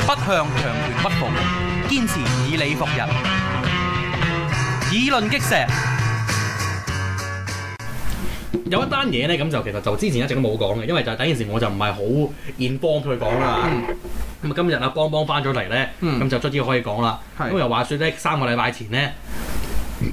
向強權屈服，堅持以理服人，以論擊石。有一單嘢咧，咁就其實就之前一直都冇講嘅，因為就係第一件事我就唔係好 inform 佢講啦。咁啊，今日阿邦邦翻咗嚟咧，嗯咁就卒之可以講啦。係咁又話説咧，三個禮拜前咧，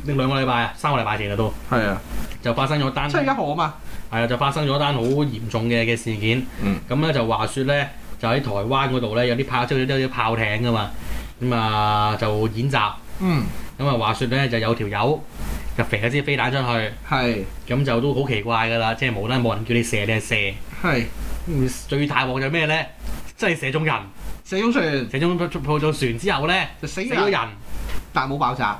定兩個禮拜啊，三個禮拜前啦都係啊，就發生咗單，七月一係號啊嘛，啊，就發生咗單好嚴重嘅嘅事件。嗯咁咧就話説咧，就喺台灣嗰度咧有啲炮，即係有啲炮艇噶嘛，咁啊就演習。咁啊嗯，話説咧就有條友就射咗支飛彈出去，係咁就都好奇怪㗎啦，即係無啦啦冇人叫你射，你係射。係嗯最大鑊就咩咧？真係射中人，射中船射中破咗船之後咧，就死死咗人，人，但冇爆炸，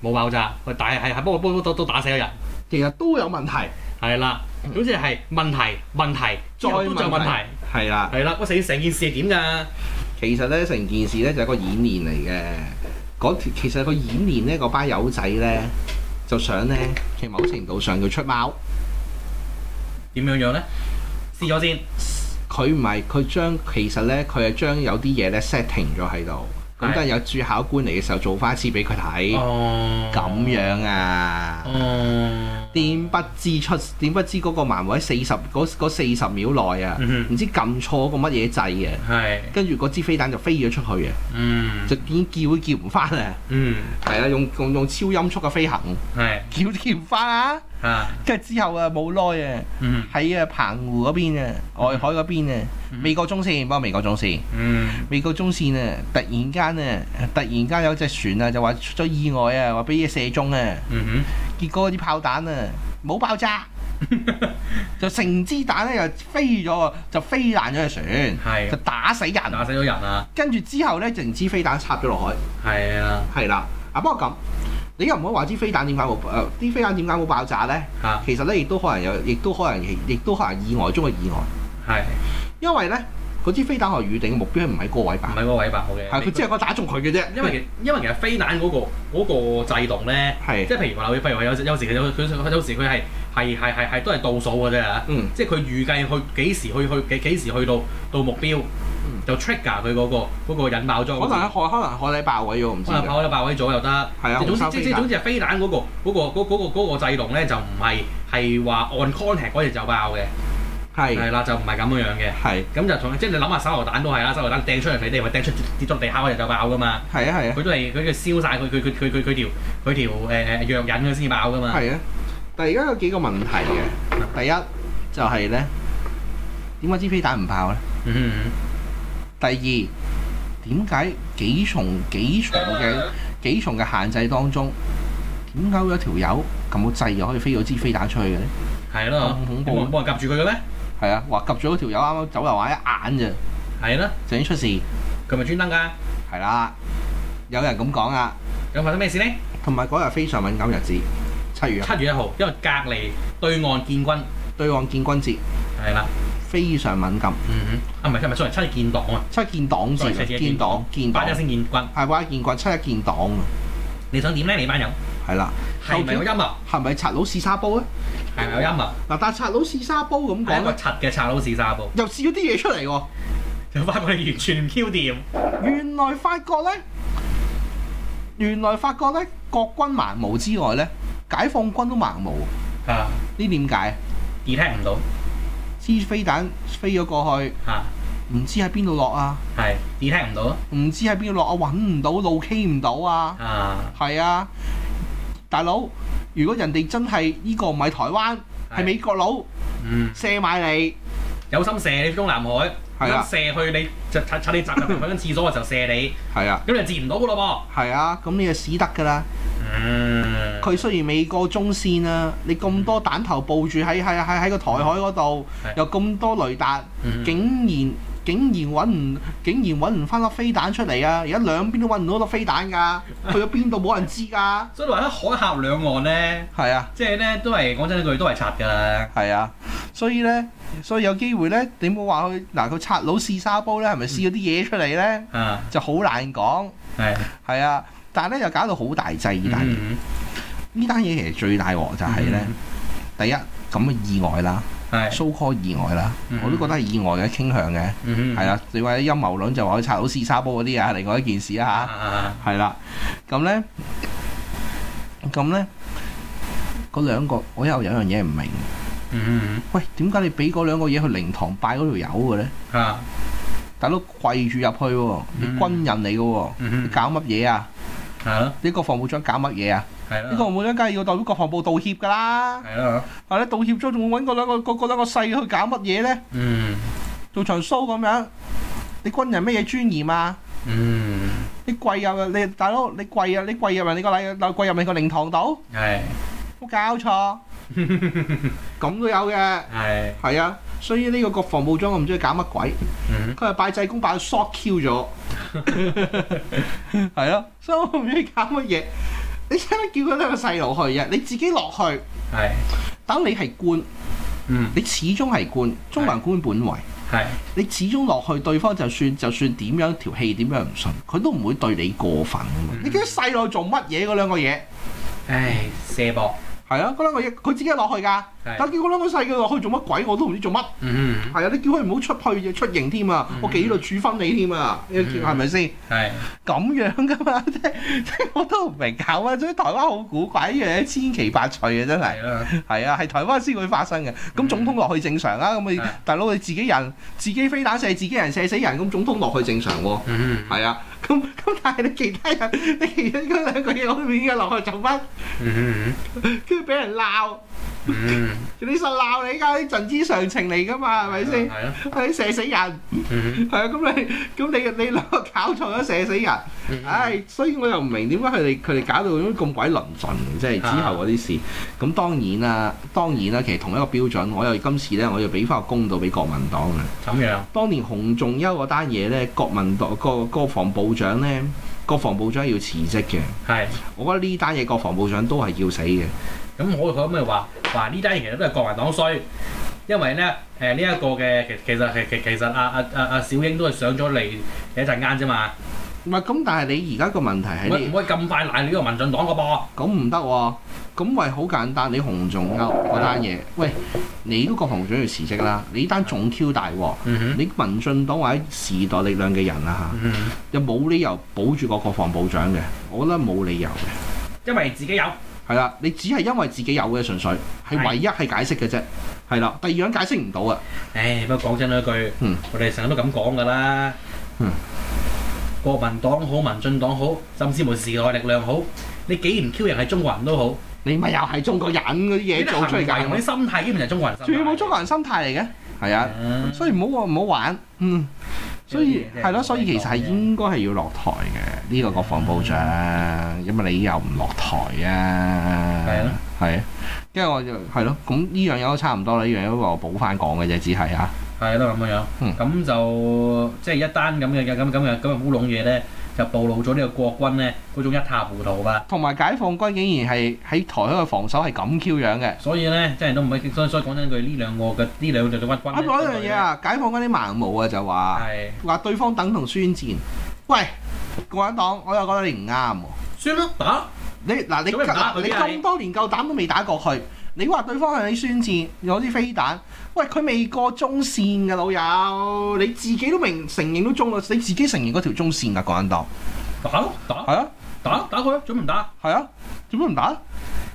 冇爆炸，喂但係係不過不過都都打死咗人，其實都有問題，係啦，好似係問題問題，再再都仲有問題，係啦。係啦，我成成件事係點㗎？其實咧，成件事咧就係一個演練嚟嘅。嗰其實個演練咧，嗰班友仔咧就想咧，其實某程度上佢出貓，點樣樣咧？試咗先，佢唔係佢將其實咧，佢係將有啲嘢咧 setting 咗喺度。咁係等有主考官嚟嘅時候，做翻一次俾佢睇。咁、哦，，樣啊？哦，點不知出點不知嗰個盲位四十嗰嗰四十秒內啊，嗯唔知撳錯個乜嘢掣嘅，哼，係，跟住嗰支飛彈就飛咗出去啊，嗯就，已經叫都叫唔翻啊！嗯，係啊，用用用超音速嘅飛行， 係，叫甜翻啊！啊，跟住之後啊，冇耐啊，嗯，喺啊澎湖嗰邊啊，外海嗰邊啊，嗯美國中線，不過美國中線，嗯，美國中線啊，突然間啊，突然間有隻船啊，就話出咗意外啊，話俾嘢射中啊，嗯結果啲炮彈啊冇爆炸， 哼，就成支彈咧又飛咗啊，就飛爛咗隻船，係就，打死人。打死咗人啊，跟住之後咧，成支飛彈插咗落海。係啊，係啦，啊不過咁，你又唔好話支飛彈點解冇誒？啲、飛彈點解冇爆炸呢？嚇，其實咧，亦都可能有，亦都可能，亦都可能意外中嘅意外，係，因為呢，嗰支飛彈係預定嘅目標係唔係個位唔吧？係嗰個位吧？好嘅，係佢只係個打中佢嘅啫。因為其因為其實飛彈嗰、個嗰、個制動咧，係即係譬如話，譬如話有時有時佢有佢有時佢係係係係係都係倒數嘅啫嚇，嗯即係佢預計去幾時去去幾幾時去到到目標，嗯就 trigger 佢嗰、個嗰、個引爆裝。可能係海可能海底爆位咗，我唔知可能㗎。炮一爆位左又得，係啊即係總紅之衫即飛彈即係總之係飛彈嗰、個嗰、個嗰、嗰個嗰、個制動咧就唔係係話 on contact 嗰陣就爆嘅，係係啦就唔係咁樣樣嘅。係咁就同即係你諗下手榴彈都係啦，手榴彈掟出嚟你哋咪掟出跌咗落地下嗰陣就爆噶嘛。係啊係啊佢都係佢佢燒晒佢佢佢佢佢佢條佢條誒誒藥引佢先爆噶嘛。係啊！但係而家有幾個問題嘅，第一就係呢，點解支飛彈唔爆呢？嗯第二點解幾重幾重嘅幾重嘅限制當中，點解會有一條友撳個掣又可以飛咗支飛彈出去嘅呢？嗯，係咯咁，恐怖冇人冇人夾住佢嘅咩？係啊，話及咗嗰條友啱啱走樓玩一眼係啦，咋，就已經出事。佢咪專登㗎。係啦，有人咁講啊。咁發生咩事呢？同埋嗰日非常敏感日子，七月七月一號，因為隔離對岸建軍對岸建軍節，係啦，非常敏感。嗯哼，啊唔係唔係，sorry，七月建黨啊，七建黨節啊， Sorry，七月建建黨黨建黨八一先建軍，係話建軍七一建黨啊，你想點呢？你班友係啦。係咪有陰謀？係咪賊佬試沙煲咧？係咪有陰謀？嗱，但係賊佬試沙煲咁係啊講一個咧，柒嘅賊佬試沙布，又試咗啲嘢出嚟喎。就發覺你完全唔 Q 掂，原來發覺呢，原來發覺呢，國軍盲毛之外呢，解放軍都盲毛。啊呢點解？ detect 唔到支飛彈飛咗過去，嚇，唔知喺邊度落啊？係 detect 唔到唔知喺邊度落啊？揾唔到路，K 唔到啊？啊，係啊，大佬，如果人哋真係呢個唔係台灣，係美國佬嗯。射埋你，有心射你中南海，係啊有心射去你就趁趁你集入去緊廁所嘅時候射你，係啊，咁你就截唔到噶咯係啊，咁你就屎得㗎啦。噃。嗯，佢雖然美國中線啊，你咁多彈頭佈住喺喺喺喺個台海嗰度係，有咁多雷達。竟然竟然揾唔竟然揾唔翻粒飛彈出嚟啊！而家兩邊都揾唔到粒飛彈㗎，去咗邊度冇人知㗎。所以話喺海峽兩岸咧，係啊，即係咧都係講真一句都係拆㗎啦。係啊，所以呢，所以有機會呢，你冇話佢嗱佢拆佬試沙煲呢，係咪嗯試咗啲嘢出嚟呢？啊，就好難講。係。係啊，但係呢又搞到好大劑呢單嘢。嗯呢單嘢其實最大鑊就係呢，第一咁嘅意外啦，係， so call 意外啦，嗯我都覺得係意外嘅傾向嘅，嗯係啦。你話啲陰謀論就話可以拆到試沙煲嗰啲啊，另外一件事啊嚇。啊，係啦，咁呢，咁呢，嗰兩個我又有樣嘢唔明，嗯喂，點解你俾嗰兩個嘢去靈堂拜嗰條友嘅呢？啊，大佬跪住入去喎，你嗯軍人嚟嘅喎，你嗯，搞乜嘢啊？係咯，你國防部長搞乜嘢啊？係呢個咯，國防部長梗係要代表國防部道歉㗎啦，係咯，係啦，道歉咗仲會揾嗰兩個嗰嗰兩個細去搞乜嘢呢？嗯做場 show 咁樣，你軍人乜嘢尊嚴啊？嗯，你跪入你大佬，你跪入你跪入人哋個禮，跪入人哋個靈堂度，係冇搞 錯，咁都有嘅，係，係啊。所以呢個國防部長我唔知佢搞乜鬼，嗯佢係拜祭公拜到 short Q 咗，係咯，所以我唔知搞乜嘢。你使乜叫佢兩個細路去啫？你自己落去，係，等你係官，嗯你始終係官，中環官本位。係，你始終落去，對方就算就算點樣條氣點樣唔順，佢都唔會對你過分㗎嘛嗯你叫啲細路做乜嘢嗰兩個嘢？唉，射博，係係啊，嗰兩個嘢佢自己落去㗎，但係，係叫嗰兩個細嘅落去做乜鬼我都唔知做乜。嗯係啊，你叫佢唔好出去出刑添啊嗯，我紀律處分你添啊，你嗯叫係咪先？係，咁樣㗎嘛， 即係即係我都唔明搞啊！所以台灣好古怪呢樣嘢，千奇百趣嘅真係。 係啦，係啊，係台灣先會發生嘅。咁總統落去正常啊，咁你係大佬你自己人自己飛彈射自己人射死人，咁總統落去正常喎。嗯係啊，咁咁但係你其他人，你其他嗰兩個嘢我邊嘅落去做乜？嗯跟住俾人鬧，嗯，你實鬧你㗎，你盡之常情嚟㗎嘛，係咪先？係咯，你射死人，係啊，嗯咁你咁你你兩個搞錯咗射死人，嗯，唉，所以我又唔明點解佢哋佢哋搞到咁鬼論盡，即係之後嗰啲事。咁當然啦，當然啦，其實同一個標準，我又今次咧，我又俾翻個公道俾國民黨嘅。咁樣，當年洪仲丘嗰單嘢咧，國民黨個國防部長咧，國防部長要辭職嘅。係。我覺得呢單嘢國防部長都係要死嘅。咁我佢咁咪話話呢單嘢其實都係國民黨衰，因為咧誒呢一個嘅其其實其其其實阿阿阿阿小英都係上咗嚟一陣間啫嘛，唔係咁，但係你而家個問題唔可以係唔你可以咁快賴呢個民進黨個噃，咁唔得喎。咁咪好簡單，你洪仲丘嗰單嘢，喂，你嗰個國防部長要辭職啦，你呢單仲 Q 大鑊。嗯你民進黨或者時代力量嘅人啦嚇，哼，又冇理由保住個國防部長嘅，我覺得冇理由嘅。因為自己有，係啦，你只係因為自己有嘅純粹，係係唯一係解釋嘅啫。係啦，第二樣解釋唔到啊。唉不過講真嗰句，嗯我哋成日都咁講噶啦，嗯國民黨好，民進黨好，甚至乎時代力量好，你幾唔 Q 人係中國人都好，你咪又係中國人嗰啲你嘢啲做出嚟行為同㗎你，心態基本就係中國人心態，仲要冇中國人心態嚟嘅。係啊，人所以唔好話唔好玩，嗯。所以係咯，所以其實係應該係要落台嘅呢、個國防部長，因為你又唔落台啊，係咯，係啊，跟住我就係咯，咁呢樣嘢都差唔多啦，呢樣嘢我補翻講嘅啫，只係啊，係咯咁樣樣，嗯咁、就即係一單咁嘅嘅咁咁嘅咁嘅烏龍嘢咧，就暴露咗呢個國軍咧嗰種一塌糊塗啦。同埋解放軍竟然係喺台灣嘅防守係咁 Q 樣嘅。所以咧，真係都唔可以，所以所以講真句，呢兩個嘅呢兩隊嘅軍軍啊，呢仲有一樣嘢，啊，解放軍啲盲毛啊就話係話對方等同宣戰，喂，共產黨，我又覺得你唔啱喎。算啦打，你嗱你做咩唔打嗱你佢啊咁多年夠膽都未打過去，你話對方向你宣戰攞啲飛彈，喂佢未過中線嘅老友，你自己都明承認都中啦，你自己承認嗰條中線啊，國安黨打咯打係啊打打佢啦，做咩唔打？係啊，做咩唔打？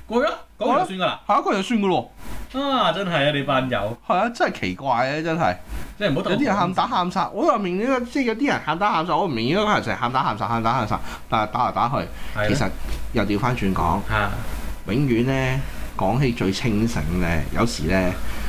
過去啦，講完就算㗎啦。下一個就算嘅咯啊，真係啊，你班友，喎，係啊，真係奇怪啊，真係即係唔好有啲人喊打喊殺，我又唔明呢個即係有啲人喊打喊殺，我唔明呢個人成日喊打喊殺喊打喊殺，但係打嚟打去，係啊其啦實又調翻轉講。嚇永遠咧講起最清醒咧，有時咧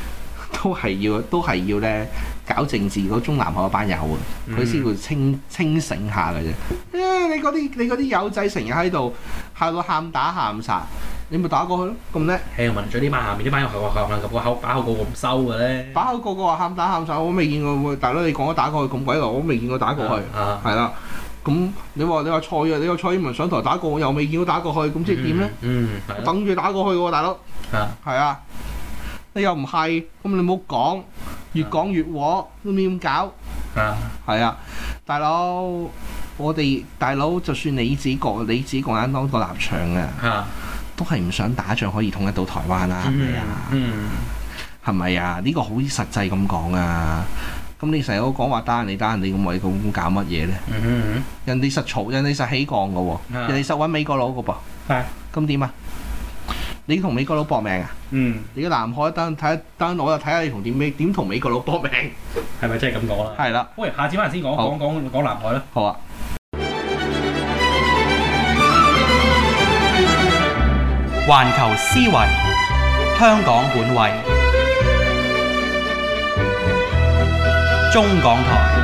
都係要都係要咧搞政治嗰中南海嗰班友啊，嗯佢先會清清醒下嘅啫。誒你嗰啲你嗰啲友仔成日喺度喺度喊打喊殺，你咪打過去咯，咁叻嗯誒民嘴呢班下面呢班友後後後個口把口個個唔收嘅咧，把口個個話喊打喊殺，我未見過喎。大佬你講咗打過去咁鬼耐，我未見過打過去，啊，係啦。咁你話你話蔡啊，你話蔡英文上台打過，我又未見過打過去，咁即係點咧？？嗯，係咯等住打過去喎，大佬。啊。係啊，你又唔係，咁你唔好講，越講越和，都唔知點搞。啊係啊，大佬，我哋大佬就算你自己國，你自己共產黨個立場啊，啊都係唔想打仗可以統一到台灣啦，係咪啊？嗯，係咪啊？呢、個好實際咁講啊！咁你成日都講話打人哋打人哋咁，你咁搞乜嘢呢？嗯人哋實嘈，人哋實起降嘅喎，啊人哋實揾美國佬嘅噃。係咁點啊？你同美國佬搏命啊？哼嗯，你個南海單睇單，我又睇下你同點美點同美國佬搏命。係咪真係咁講啦？係啦，喂，下次翻嚟先講好講講講南海啦。好啊。環球思維，香港本位，中港台。